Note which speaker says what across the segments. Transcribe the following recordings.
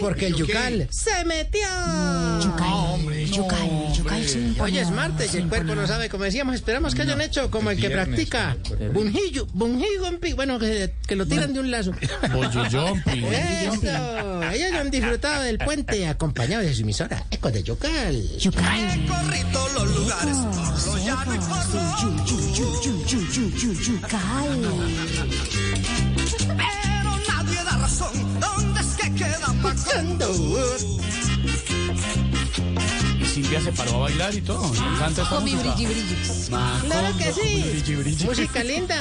Speaker 1: Porque el yucal.
Speaker 2: ¡Se metió!
Speaker 1: Hombre,
Speaker 3: Yucal, yucal es un
Speaker 2: Hoy es martes y el cuerpo no sabe, como decíamos, esperamos que hayan hecho como el que
Speaker 4: viernes,
Speaker 2: practica.
Speaker 4: el
Speaker 2: Bunjillo, bunjillo, bueno, que, que lo tiran de un lazo.
Speaker 1: Boyuyompi.
Speaker 2: ¡Eso! Ellos han disfrutado del puente acompañado de su emisora, Eco de Yucal.
Speaker 3: yucal.
Speaker 5: Corrido los lugares, por los llanos y por los
Speaker 3: Yu, yu, yu, yu, yu, yu, yu, yucal.
Speaker 5: pero nadie da razón. ¿Dónde es que queda Paco?
Speaker 1: Y Silvia se paró a bailar y todo. Me encanta esta
Speaker 3: Con Oh, mi
Speaker 1: música.
Speaker 3: brilli, brilli.
Speaker 2: ¡Claro que
Speaker 1: Brilli,
Speaker 2: sí!
Speaker 1: brilli.
Speaker 2: ¡Música linda!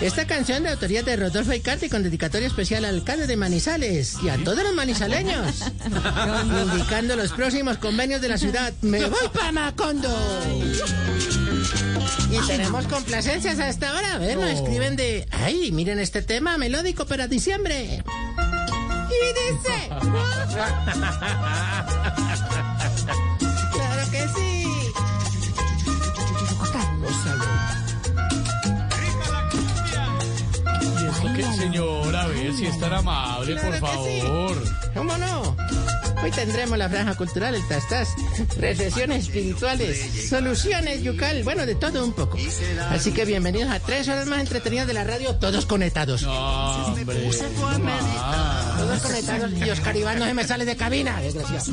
Speaker 2: Esta canción de autoría de Rodolfo Icarte con dedicatoria especial al alcalde de Manizales y a todos los manizaleños. Indicando los próximos convenios de la ciudad. ¡Me voy para Macondo! Y tenemos complacencias hasta ahora. A ver, nos escriben de... ¡Ay, miren este tema melódico para diciembre! Y dice... ¡Claro que sí!
Speaker 1: ¿Y esto qué, señora? A ver si es tan amable, por
Speaker 2: Claro que sí.
Speaker 1: favor.
Speaker 2: ¿Cómo no? Hoy tendremos la franja cultural, el tastas, recesiones espirituales, soluciones yucal, bueno, de todo un poco. Así que bienvenidos a tres horas más entretenidas de la radio, todos conectados.
Speaker 1: No, hombre.
Speaker 2: Todos conectados y Oscar Iván no se me sale de cabina, desgraciado.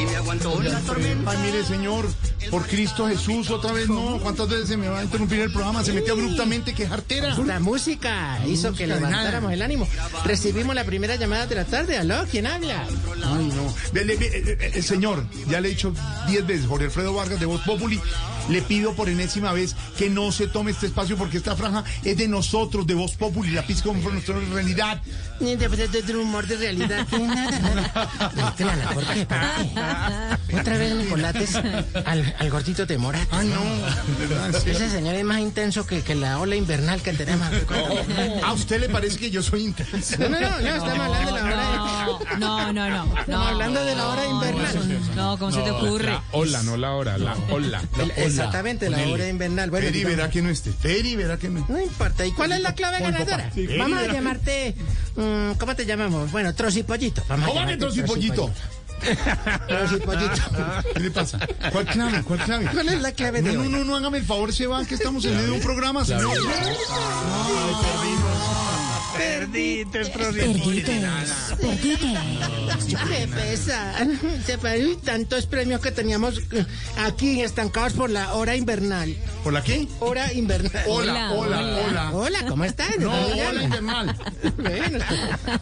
Speaker 5: Y me aguantó una tormenta.
Speaker 4: Ay, mire, señor, por Cristo Jesús, otra vez no. ¿Cuántas veces se me va a interrumpir el programa? Se metió abruptamente, qué jartera.
Speaker 2: La música hizo que
Speaker 4: música de
Speaker 2: levantáramos
Speaker 4: nada.
Speaker 2: el ánimo. Recibimos la primera llamada de la tarde. ¿Aló? ¿Quién habla?
Speaker 4: Ay, no. Ve, le- ve, eh, eh, eh, señor, ya le he dicho diez veces, Jorge Alfredo Vargas de Voz Populi, le pido por enésima vez que no se tome este espacio porque esta franja es de nosotros, de Voz Populi, la pizca con nuestra realidad.
Speaker 2: Ni de, de- de- de humor de realidad. Claro, ¿por qué? ¿Por qué? Otra vez Nicolates al, al gordito de Mora.
Speaker 4: Ay, Ah, no. de verdad, en serio.
Speaker 2: Ese señor es más intenso que, que la ola invernal que tenemos.
Speaker 4: ¿A usted le parece que yo soy intenso?
Speaker 2: No, no, no, no, estamos hablando de la hora.
Speaker 3: No, no, no. no.
Speaker 2: Estamos hablando de la hora invernal.
Speaker 3: No, ¿cómo se te ocurre?
Speaker 1: Hola, no la hora, la hola.
Speaker 2: El- Exactamente, la hora invernal. Bueno,
Speaker 4: Feri
Speaker 2: digamos,
Speaker 4: verá que no esté. Feri verá que no esté.
Speaker 2: no importa. ¿Y cuál es la clave
Speaker 4: Pon, pon,
Speaker 2: ganadora?
Speaker 4: sí.
Speaker 2: Vamos a
Speaker 4: Feri verá-
Speaker 2: llamarte. mm, ¿Cómo te llamamos? Bueno, Trocipollito. Vamos a
Speaker 4: ¿Cómo vale,
Speaker 2: llamarte
Speaker 4: trozo y pollito?
Speaker 2: Trocipollito.
Speaker 4: ¿Qué le pasa? ¿Cuál clave? ¿Cuál clave?
Speaker 2: ¿Cuál es la clave de
Speaker 4: No, no,
Speaker 2: hoy?
Speaker 4: no, no, hágame el favor, se va, que estamos en medio de un programa, señor.
Speaker 3: Perdites, perdites.
Speaker 2: Qué pesar. Se perdí tantos premios que teníamos eh, aquí estancados por la hora invernal.
Speaker 4: ¿Por la qué?
Speaker 2: Hora invernal.
Speaker 4: Hola, hola, hola.
Speaker 2: Hola, ¿cómo estás? ¿De
Speaker 4: No,
Speaker 2: dónde
Speaker 4: hola,
Speaker 2: llamas?
Speaker 4: invernal.
Speaker 2: Bueno,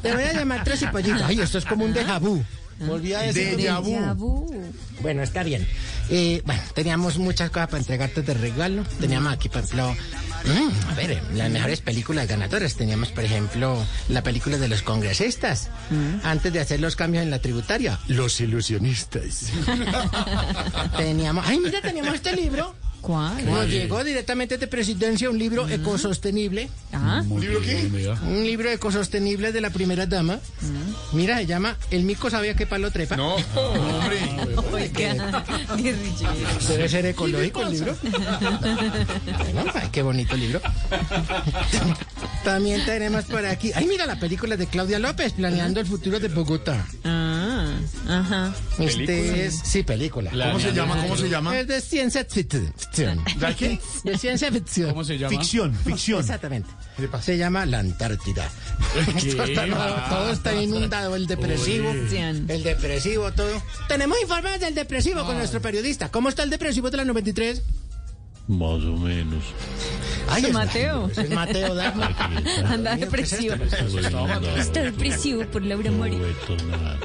Speaker 2: te voy a llamar tres y pollito. Ah. Ay, esto es como un déjà vu. Volví a decir.
Speaker 4: De Yabú.
Speaker 2: Bueno, está bien. Eh, bueno, teníamos muchas cosas para entregarte de regalo. Teníamos aquí, por ejemplo, mm, a ver, eh, las mejores películas ganadoras. Teníamos, por ejemplo, la película de los congresistas. Antes de hacer los cambios en la tributaria.
Speaker 4: Los ilusionistas.
Speaker 2: Teníamos. Ay, mira, teníamos este libro.
Speaker 3: ¿Cuál?
Speaker 2: Nos llegó directamente de presidencia un libro ecosostenible.
Speaker 3: ¿Ah?
Speaker 4: ¿Un libro qué?
Speaker 2: Un libro ecosostenible de la primera dama.
Speaker 3: Mm.
Speaker 2: Mira, se llama El mico sabía que palo trepa.
Speaker 4: No, hombre.
Speaker 3: Oiga, qué ridículo.
Speaker 2: Debe ser ecológico el libro. Bueno, ay, qué bonito el libro. También tenemos por aquí. Ay, mira la película de Claudia López, Planeando el futuro de Bogotá.
Speaker 3: Ah, ajá.
Speaker 2: Este es. Sí, película.
Speaker 4: ¿Cómo se llama? ¿Cómo se llama?
Speaker 2: Es de ciencia ficción.
Speaker 4: ¿La qué?
Speaker 2: De ciencia ficción.
Speaker 1: ¿Cómo se llama?
Speaker 4: Ficción, ficción.
Speaker 2: Exactamente.
Speaker 4: ¿Qué le pasa?
Speaker 2: Se llama la Antártida. Esto está- todo está inundado, el depresivo.
Speaker 3: Cien.
Speaker 2: El depresivo, todo. Tenemos informes del depresivo con nuestro periodista. ¿Cómo está el depresivo de la 93?
Speaker 6: Más o menos.
Speaker 2: Ay,
Speaker 3: Ese
Speaker 2: es
Speaker 3: Mateo.
Speaker 2: Ese Es Mateo Pues este Dagmar.
Speaker 3: Anda depresivo.
Speaker 6: Estoy
Speaker 3: Está depresivo por Laura
Speaker 6: No
Speaker 3: Mori.
Speaker 6: he hecho nada.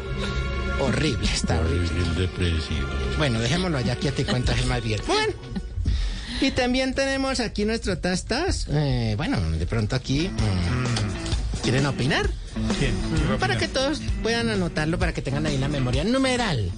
Speaker 2: Horrible, está horrible.
Speaker 6: Bien depresivo.
Speaker 2: Bueno, dejémoslo allá, que te cuentas el más bien. Bueno. Y también tenemos aquí nuestro Tastas. Eh, bueno, de pronto aquí. mm, ¿Quieren opinar?
Speaker 4: ¿Quién?
Speaker 2: Para que todos puedan anotarlo, para que tengan ahí la memoria numeral.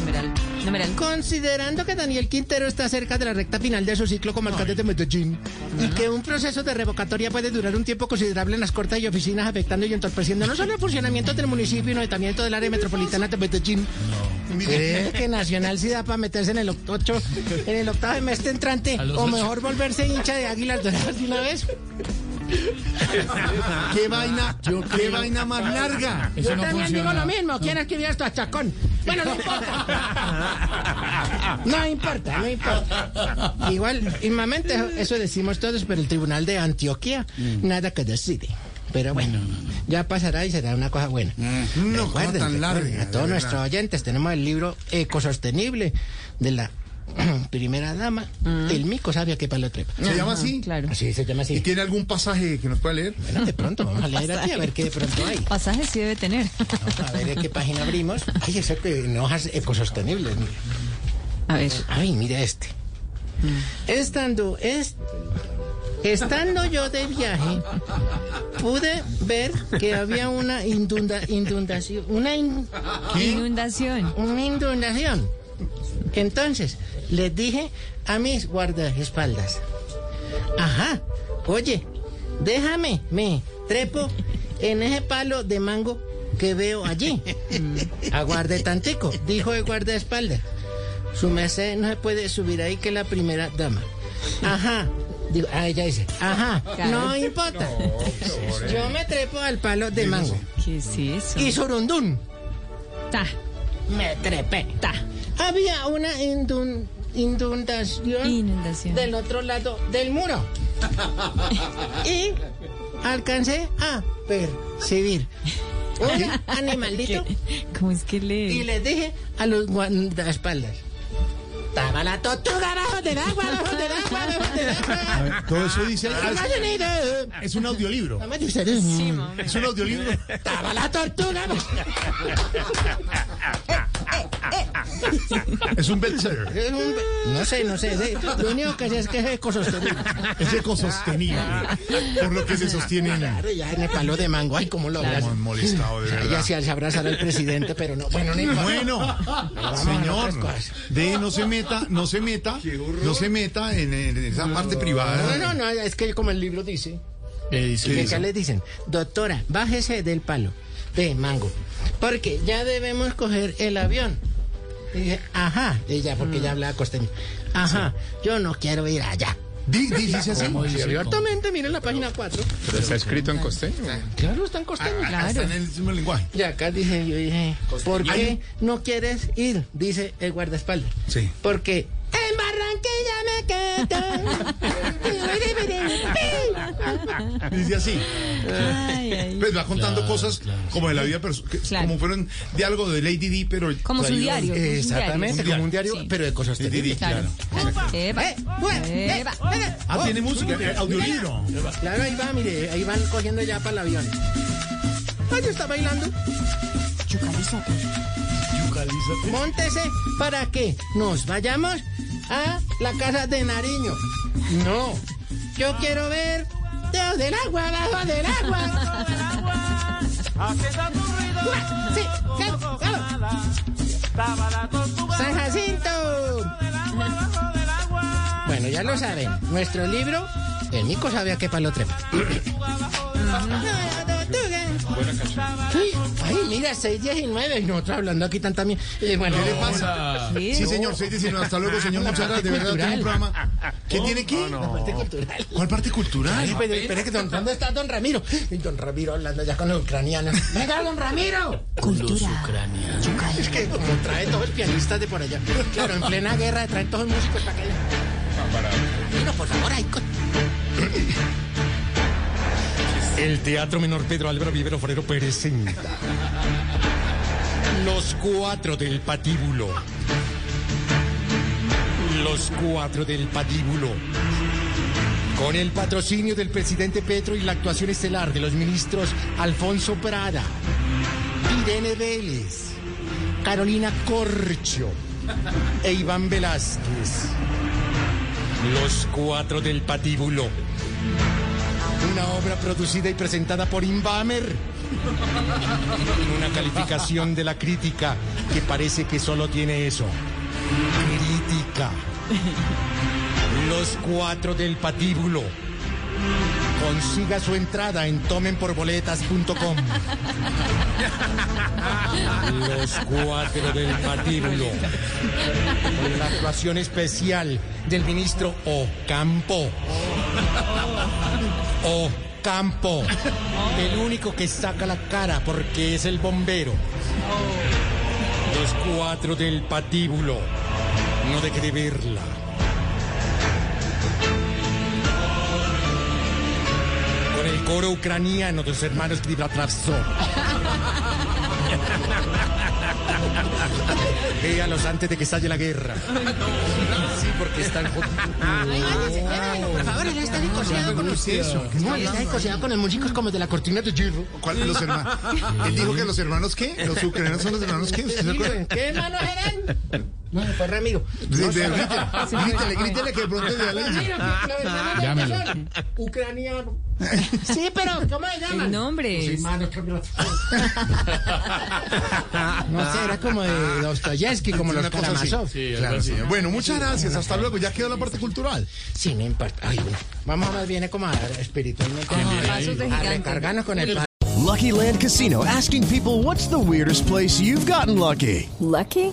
Speaker 7: Numeral. Numeral.
Speaker 2: Considerando que Daniel Quintero está cerca de la recta final de su ciclo como alcalde de Medellín y que un proceso de revocatoria puede durar un tiempo considerable en las cortes y oficinas, afectando y entorpeciendo no solo el funcionamiento del municipio, sino también todo el área metropolitana de Medellín. ¿Cree que Nacional sí da para meterse en el octavo, en el octavo mes entrante?
Speaker 1: los
Speaker 2: O
Speaker 1: ocho.
Speaker 2: mejor volverse hincha de Águilas Doradas de una vez.
Speaker 4: ¿Qué vaina? ¿Qué vaina más larga?
Speaker 2: Yo
Speaker 1: Eso no
Speaker 2: también digo
Speaker 1: funciona.
Speaker 2: lo mismo. ¿Quién escribió esto a Chacón? Bueno, no importa. No importa, no importa. Igual, igualmente eso decimos todos, pero el Tribunal de Antioquia nada que decide. Pero bueno, ya pasará y será una cosa buena.
Speaker 4: No, cosa
Speaker 2: Recuerden,
Speaker 4: tan larga,
Speaker 2: recuerden,
Speaker 4: de
Speaker 2: A todos
Speaker 4: verdad.
Speaker 2: nuestros oyentes tenemos el libro Ecosostenible de la primera dama, el mico sabio que palo trepa.
Speaker 4: ¿Se llama así?
Speaker 7: Claro.
Speaker 2: Así se llama
Speaker 4: ¿Y
Speaker 2: así.
Speaker 4: tiene algún pasaje que nos pueda leer?
Speaker 2: Bueno, de pronto vamos a leer aquí a ver qué de pronto hay.
Speaker 7: Pasajes sí debe tener.
Speaker 2: A ver, ¿de qué página abrimos? Ay, exacto, en hojas ecosostenibles. mira.
Speaker 7: A ver.
Speaker 2: Ay, mira este. Estando, es, estando yo de viaje, pude ver que había una inunda, inundación, una, in-
Speaker 7: Inundación.
Speaker 2: una inundación. Entonces, les dije a mis guardaespaldas, ajá, oye, déjame, me trepo en ese palo de mango que veo allí. Aguarde tantico, dijo el guardaespaldas. Su merced no se puede subir ahí que la primera dama. Ajá. Digo, ah, ella dice, ajá, no importa. Yo me trepo al palo de mango.
Speaker 7: ¿Qué es eso?
Speaker 2: Y surundún.
Speaker 7: Ta.
Speaker 2: Me trepé.
Speaker 7: Ta.
Speaker 2: Había una indun- inundación
Speaker 7: Inundación.
Speaker 2: del otro lado del muro. y alcancé a percibir un animalito
Speaker 7: ¿Cómo es que lee?
Speaker 2: y les dije a los guardaespaldas. Estaba la tortuga abajo del agua, abajo del agua, abajo del
Speaker 4: A
Speaker 2: agua.
Speaker 4: ver, todo eso dice. ah, es-
Speaker 2: Imagínate,
Speaker 4: Es un audiolibro.
Speaker 2: vamos a decir,
Speaker 4: Es un audiolibro.
Speaker 2: Estaba la tortuga. abajo.
Speaker 4: Es un bestseller.
Speaker 2: Es un- No sé, no sé. sé. Lo único que sé es que es ecosostenible.
Speaker 4: Es ecosostenible. Por lo que se sostiene en
Speaker 2: Claro, ya en el palo de mango, ay, cómo lo
Speaker 4: Como
Speaker 2: abrazo.
Speaker 4: han molestado, de
Speaker 2: Ya
Speaker 4: verdad.
Speaker 2: se hace abrazar al presidente, pero no. Bueno, no importa.
Speaker 4: Bueno, señor, de no se meta, no se meta, no se meta en, en esa parte
Speaker 2: No,
Speaker 4: privada.
Speaker 2: no, no, es que como el libro dice,
Speaker 1: Eh, dice,
Speaker 2: que
Speaker 4: dice?
Speaker 2: acá le dicen, doctora, bájese del palo de mango, porque ya debemos coger el avión. Y dije, ajá, ella, porque ya hablaba costeño. Ajá, yo no quiero ir allá.
Speaker 4: Di- di- Dice así.
Speaker 2: Exactamente, miren la página 4.
Speaker 8: Pero está escrito en costeño.
Speaker 2: Claro, están costeños.
Speaker 4: Ah, Está en el mismo lenguaje.
Speaker 2: Y acá dije, yo dije, ¿por qué no quieres ir? Dice el guardaespaldas.
Speaker 4: Sí.
Speaker 2: Porque en Barranquilla me quedo.
Speaker 4: Dice así.
Speaker 7: Ay, ay.
Speaker 4: Pues va contando cosas como de la vida, perso- que-
Speaker 7: Claro.
Speaker 4: como fueron diálogo de Lady D, pero.
Speaker 7: Como su
Speaker 4: traído-
Speaker 7: diario.
Speaker 2: Eh, Exactamente,
Speaker 7: Un
Speaker 2: como un diario,
Speaker 7: Sí.
Speaker 2: pero de cosas
Speaker 4: Lady Di,
Speaker 2: terribles.
Speaker 4: claro.
Speaker 7: Eva.
Speaker 2: Eh, bueno, eh,
Speaker 7: Eva.
Speaker 2: eh,
Speaker 4: Ah, tiene música, eh, audiolibro.
Speaker 2: Claro, ahí va, mire, ahí van cogiendo ya para el avión. Ay, está bailando.
Speaker 3: Yucalízate.
Speaker 2: Móntese para que nos vayamos a la casa de Nariño. No, yo quiero ver debajo del agua, abajo del agua. Sí, sí, claro. San Jacinto. Bueno, ya lo saben. Nuestro libro, el Nico sabía que palo trepa. Ay, Ay, mira, 619 y nosotros hablando aquí tan también. Eh, bueno,
Speaker 4: ¿Qué le pasa?
Speaker 7: ¿Qué?
Speaker 4: Sí, señor, 619. Hasta luego, señor. Muchas gracias. De verdad, tiene un programa. ¿Qué tiene que?
Speaker 2: Parte cultural.
Speaker 4: Oh, ¿Cuál parte
Speaker 2: Ay,
Speaker 4: cultural?
Speaker 2: pero, pero es que don- ¿dónde está don Ramiro? Y don Ramiro hablando ya con los ucranianos. ¡Venga, don Ramiro!
Speaker 3: Cultura.
Speaker 2: Es que como trae todos los pianistas de por allá. Claro, en plena guerra traen todos los músicos para acá. Bueno, por favor, ahí con...
Speaker 8: El Teatro Menor Pedro Álvaro Vivero Forero presenta Los Cuatro del Patíbulo. Los Cuatro del Patíbulo. Con el patrocinio del presidente Petro y la actuación estelar de los ministros Alfonso Prada, Irene Vélez, Carolina Corcho e Iván Velázquez. Los cuatro del patíbulo. Una obra producida y presentada por Inbamer. Con Una calificación de la crítica que parece que solo tiene eso. Crítica. Los cuatro del patíbulo. Consiga su entrada en tomenporboletas.com. Los cuatro del patíbulo. Con la actuación especial del ministro Ocampo. Ocampo. El único que saca la cara porque es el bombero. Los cuatro del patíbulo. No deje de verla. Con el coro ucraniano de los hermanos Krivlatravsov. Véalos antes de que estalle la guerra. Sí, porque están jodidos.
Speaker 2: Por favor, él está discoseado con No, él está discoseado con los músicos como de la cortina de hierro.
Speaker 4: ¿Cuál de los hermanos? Él dijo que los hermanos qué? Los ucranianos son los hermanos qué? ¿Usted se acuerda?
Speaker 2: ¿Qué manos eran? No, fue Ramiro.
Speaker 4: De- de- grítele, grítele, grítele que de pronto le da la idea.
Speaker 7: Ah,
Speaker 2: Llámelo. Ucraniano. Sí, pero ¿cómo se llama?
Speaker 7: El nombre
Speaker 2: Sí,
Speaker 7: es-
Speaker 2: mano, qué brazo. No sé, era como de Dostoyevsky, como los
Speaker 4: Una cosa así.
Speaker 2: Karamazov.
Speaker 4: Claro, señor. Bueno, muchas gracias. Hasta luego. Ya quedó la parte cultural.
Speaker 2: Sí, no importa. Ay, bueno. Vamos más bien como a espiritualmente.
Speaker 7: Pasos de
Speaker 2: A
Speaker 7: gigante.
Speaker 2: recargarnos con el
Speaker 9: Lucky Land Casino asking people what's the weirdest place you've gotten lucky?
Speaker 10: Lucky?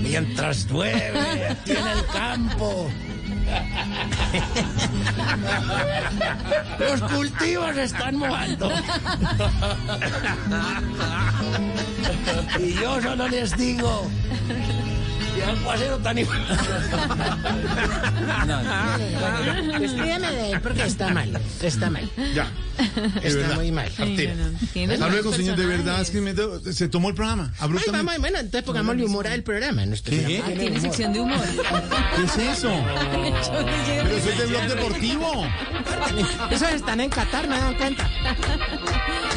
Speaker 2: Mientras llueve aquí en el campo. Los cultivos se están mojando. Y yo solo les digo. Y aguacero tan hijo. Despídeme de él porque está mal. Está mal.
Speaker 4: Ya. De
Speaker 2: Está
Speaker 4: verdad.
Speaker 2: muy mal.
Speaker 4: Artera. Hasta luego, señor. De verdad, es que me debo- se tomó el programa.
Speaker 2: Ay,
Speaker 4: Abruptamente.
Speaker 2: vamos, bueno, entonces pongámosle humor al programa. nuestro
Speaker 4: ¿Qué?
Speaker 2: programa tiene
Speaker 7: Tiene
Speaker 2: humor.
Speaker 7: sección de humor.
Speaker 4: ¿Qué es eso? Pero soy del blog deportivo.
Speaker 2: Esos están en Qatar, me dan cuenta.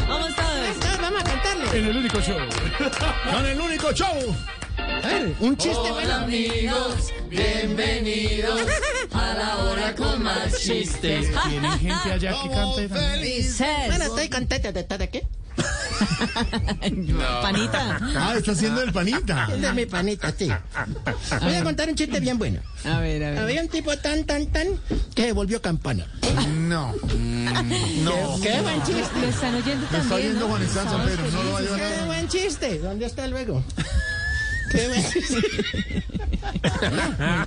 Speaker 7: Vamos todos.
Speaker 2: Vamos a cantarle.
Speaker 1: En el único show.
Speaker 4: Con el único show.
Speaker 2: A ver, un chiste bueno.
Speaker 11: amigos, bienvenidos a la hora con más chistes.
Speaker 1: Tienen gente allá que canta. y-
Speaker 2: Bueno, estoy contenta de estar aquí.
Speaker 7: Panita.
Speaker 4: Ah, está haciendo el panita.
Speaker 2: De mi panita, sí. Voy a contar un chiste bien bueno.
Speaker 7: A ver, a ver.
Speaker 2: Había un tipo tan, tan, tan que se volvió campana.
Speaker 4: No. Mm, No.
Speaker 2: ¡Qué buen
Speaker 7: Lo
Speaker 2: chiste!
Speaker 7: están oyendo
Speaker 4: Me está
Speaker 7: también,
Speaker 4: viendo
Speaker 7: ¿no?
Speaker 4: Juan Estancia, Pedro. No lo va a llevar.
Speaker 2: ¡Qué buen chiste! ¿Dónde está luego? ¡Qué buen chiste!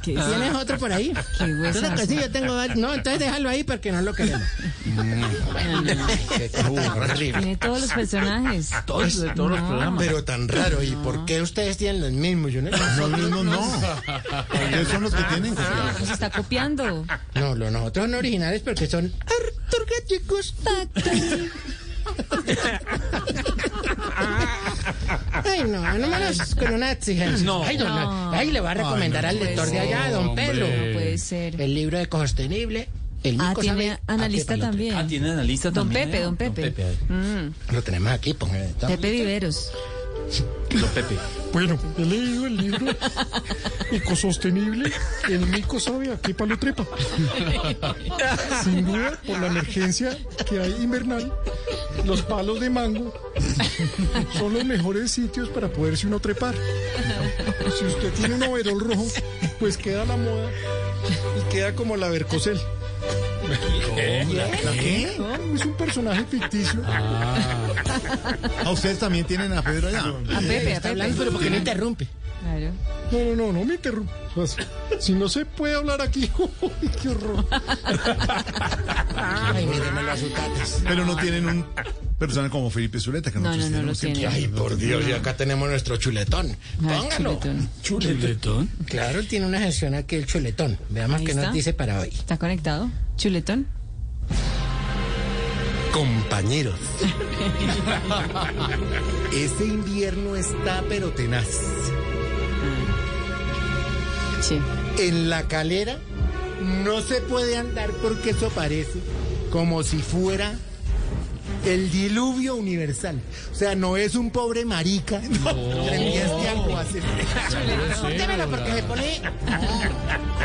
Speaker 7: Qué
Speaker 2: ¿Tienes otro por ahí?
Speaker 7: Ah, Qué
Speaker 2: Claro que
Speaker 7: huesazo.
Speaker 2: sí, yo tengo varios. No, entonces déjalo ahí porque no lo queremos.
Speaker 7: Ah, Tiene todos los personajes.
Speaker 11: Todos, de todos los programas.
Speaker 2: Pero tan raro, ¿y por qué ustedes tienen los mismos, yo no?
Speaker 4: No, no, no, no. Ustedes son
Speaker 1: ah,
Speaker 4: los que tienen.
Speaker 7: Nos está copiando.
Speaker 2: No, los nosotros son originales porque son Artur Gallegos Tacti. Ay, no, no me los con una exigencia.
Speaker 11: No.
Speaker 2: Ay, don- ay, le va a recomendar al lector de allá, don Pedro,
Speaker 7: No puede ser.
Speaker 2: el libro de Ecosostenible. El
Speaker 7: Ah,
Speaker 2: mico
Speaker 7: tiene
Speaker 2: sabe a
Speaker 7: analista
Speaker 2: qué palo
Speaker 7: también.
Speaker 11: Ah, tiene analista
Speaker 7: Don
Speaker 11: también.
Speaker 7: Pepe,
Speaker 11: eh?
Speaker 7: don Pepe. Mm,
Speaker 2: te- Lo tenemos aquí, pues. eh, está-
Speaker 7: Pepe Viveros.
Speaker 11: Don Pepe.
Speaker 1: Bueno, he leído el libro Ecosostenible, el mico sabe a qué palo trepa. Sin duda, por la emergencia que hay invernal, los palos de mango son los mejores sitios para poderse uno trepar. Si usted tiene un overol rojo, pues queda la moda y queda como la vercosel. ¿Eh?
Speaker 4: ¿Qué?
Speaker 1: Ah, Es un personaje ficticio.
Speaker 4: Ah. ¿A ustedes también tienen a Pedro allá?
Speaker 7: A Pepe, a
Speaker 2: Está hablando, pero
Speaker 7: Pepe.
Speaker 2: porque no interrumpe.
Speaker 7: Claro.
Speaker 1: No, no, no, no me interrumpas. Si no se puede hablar aquí, ¡Uy, qué horror!
Speaker 2: Ay, mírenme los azucates.
Speaker 4: Pero no tienen un personaje como Felipe Zuleta. Que
Speaker 7: No,
Speaker 4: nosotros
Speaker 7: no, no
Speaker 4: tenemos
Speaker 7: lo
Speaker 4: aquí.
Speaker 7: tiene.
Speaker 2: Ay, por Dios, y acá tenemos nuestro chuletón.
Speaker 7: Ah, el
Speaker 2: Póngalo.
Speaker 7: chuletón.
Speaker 11: Chuletón.
Speaker 2: Claro, él tiene una gestión aquí el chuletón. Veamos
Speaker 7: Ahí
Speaker 2: qué
Speaker 7: está.
Speaker 2: nos dice para hoy.
Speaker 7: ¿Está conectado? ¿Chuletón?
Speaker 8: Compañeros, este invierno está pero tenaz.
Speaker 7: Sí.
Speaker 2: En la calera no se puede andar porque eso parece como si fuera el diluvio universal. O sea, no es un pobre marica. Entre este alguacil. Démelo porque se pone.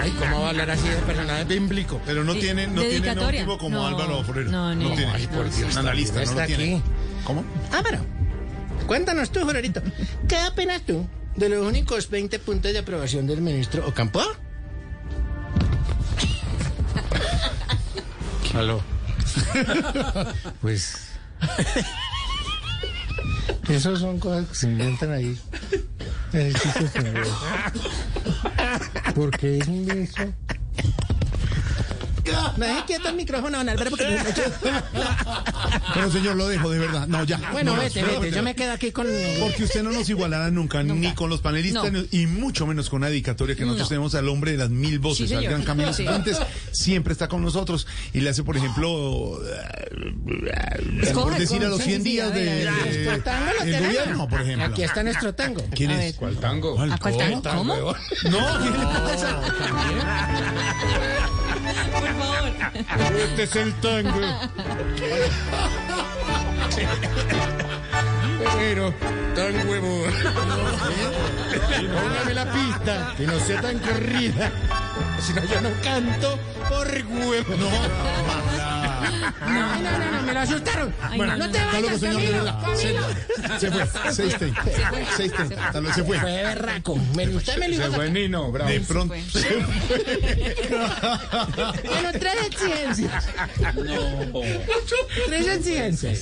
Speaker 2: Ay, ¿cómo va a hablar así de personaje bíblico?
Speaker 4: Pero no
Speaker 7: Sí,
Speaker 4: tienen, no tienen un
Speaker 7: dedicatoria.
Speaker 4: tipo como
Speaker 7: No,
Speaker 4: Álvaro Forero.
Speaker 7: no, no.
Speaker 4: tienen.
Speaker 7: Ay, por
Speaker 2: Dios,
Speaker 4: Analista, no
Speaker 2: está
Speaker 4: lo tienen.
Speaker 2: aquí.
Speaker 4: ¿Cómo?
Speaker 2: Álvaro, cuéntanos tú, Jororito. ¿Qué apenas tú de los únicos 20 puntos de aprobación del ministro Ocampo?
Speaker 8: Aló.
Speaker 2: Pues. Esas son cosas que se inventan ahí. El chiste se inventa. Porque es inmenso.
Speaker 8: Me dejé quieto el micrófono, don Alberto, porque
Speaker 4: Bueno, señor, lo dejo, de verdad. No, ya.
Speaker 2: Bueno,
Speaker 4: No,
Speaker 2: vete,
Speaker 4: no,
Speaker 2: vete.
Speaker 4: no,
Speaker 2: Yo
Speaker 4: no.
Speaker 2: me quedo aquí con.
Speaker 4: Porque usted no nos igualará nunca, ni con los panelistas,
Speaker 2: No.
Speaker 4: ni- y mucho menos con la dedicatoria que nosotros
Speaker 2: No.
Speaker 4: tenemos al hombre de las mil voces,
Speaker 2: Sí,
Speaker 4: al
Speaker 2: señor.
Speaker 4: gran Camilo
Speaker 2: Sí.
Speaker 4: Cifuentes. Siempre está con nosotros y le hace, por ejemplo, por
Speaker 2: Escoge,
Speaker 4: decir a
Speaker 2: escoge,
Speaker 4: los
Speaker 2: sí,
Speaker 4: 100
Speaker 2: sí,
Speaker 4: días
Speaker 2: a ver,
Speaker 4: de-
Speaker 2: a ver,
Speaker 4: de-
Speaker 2: nuestro tango lo
Speaker 4: del
Speaker 2: tenemos.
Speaker 4: gobierno, por ejemplo.
Speaker 2: Aquí está nuestro tango.
Speaker 4: ¿Quién
Speaker 2: A
Speaker 4: es?
Speaker 2: ver.
Speaker 4: tango? ¿Cuál
Speaker 2: ¿A cuál
Speaker 4: tango?
Speaker 2: tango? ¿Cómo?
Speaker 4: weón? No, ¿qué le pasa?
Speaker 8: Este es el tango. Pero, tan huevo. Póngame la pista, que no sea tan corrida. Si no, yo no canto por huevo. No,
Speaker 4: Ah.
Speaker 2: No, no, no, no, me lo asustaron.
Speaker 4: Bueno,
Speaker 2: no te
Speaker 4: hasta
Speaker 2: vayas,
Speaker 4: luego, señor, de
Speaker 2: Camilo,
Speaker 4: verdad.
Speaker 2: Camilo.
Speaker 4: Se fue, 630. 630. Hasta luego, Se fue.
Speaker 2: Se fue berraco. Me- Usted me lo iba a sacar.
Speaker 4: Nino, bravo. De pronto.
Speaker 2: Bueno, tres exigencias. Tres exigencias.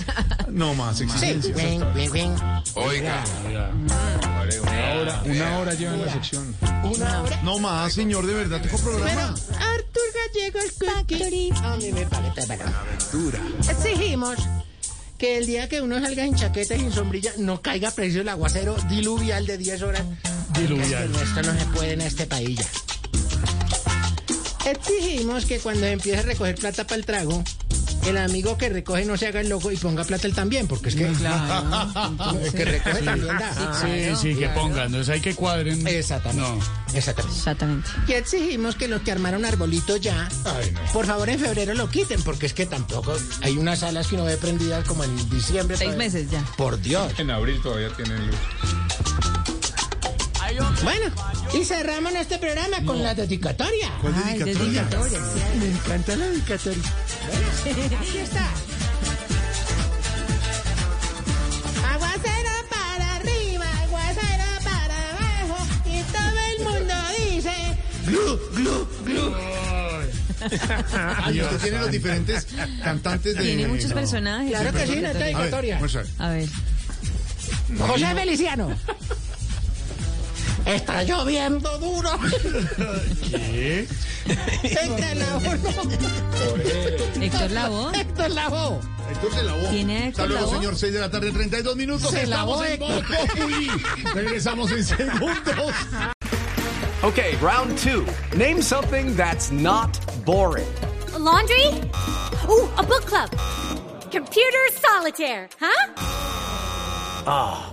Speaker 4: No más
Speaker 2: Sí.
Speaker 4: exigencias.
Speaker 2: Ven, ven, ven.
Speaker 4: Oiga. Una hora, una hora lleva en la sección. Una hora. No más, señor, de verdad, tengo programa.
Speaker 2: Artur Gallegos Factory. A mí me parece, bueno. Exigimos que el día que uno salga en chaqueta y en sombrilla no caiga precio el aguacero diluvial de 10 horas.
Speaker 8: Diluvial.
Speaker 2: Porque Esto no se puede en este país ya. Exigimos que cuando empiece a recoger plata para el trago, el amigo que recoge no se haga el loco y ponga plata él también, porque es que el que recoge también da.
Speaker 3: Ah,
Speaker 12: Sí, sí, que pongan, o sea, hay que cuadren.
Speaker 2: Exactamente.
Speaker 12: No.
Speaker 2: Exactamente.
Speaker 7: Exactamente.
Speaker 2: Y exigimos que los que armaron arbolito ya, por favor en febrero lo quiten, porque es que tampoco hay unas alas que uno ve prendidas como en diciembre.
Speaker 7: Seis
Speaker 2: pa-
Speaker 7: meses ya.
Speaker 2: Por Dios.
Speaker 13: En abril todavía tienen luz.
Speaker 2: Bueno, y cerramos este programa con la dedicatoria.
Speaker 4: ¿Cuál dedicatoria?
Speaker 2: Me encanta la dedicatoria. Aquí está.
Speaker 3: Aguacero para arriba, aguacero para abajo. Y todo el mundo dice.
Speaker 4: Glu, glu, glu. Y usted
Speaker 8: Dios
Speaker 4: tiene los
Speaker 8: santo.
Speaker 4: diferentes cantantes de.
Speaker 7: Tiene muchos personajes.
Speaker 2: Claro que sí, nota dedicatoria.
Speaker 4: A ver,
Speaker 7: A ver.
Speaker 2: José Feliciano. Está lloviendo duro.
Speaker 8: ¿Qué?
Speaker 2: Venga, la
Speaker 7: Héctor Lavoe.
Speaker 2: Héctor Lavoe.
Speaker 4: Héctor se lavó.
Speaker 7: ¿Quién es
Speaker 4: Hasta
Speaker 7: Héctor
Speaker 4: luego,
Speaker 7: Lavoe?
Speaker 4: señor. 6 de la tarde, 32 minutos.
Speaker 2: Se
Speaker 4: Estamos
Speaker 2: lavó
Speaker 4: en
Speaker 2: Héctor.
Speaker 4: Voz Populi. Regresamos en segundos.
Speaker 14: Okay, round two. Name something that's not boring.
Speaker 15: A laundry? Ooh, a book club. Computer solitaire, huh?
Speaker 14: Ah,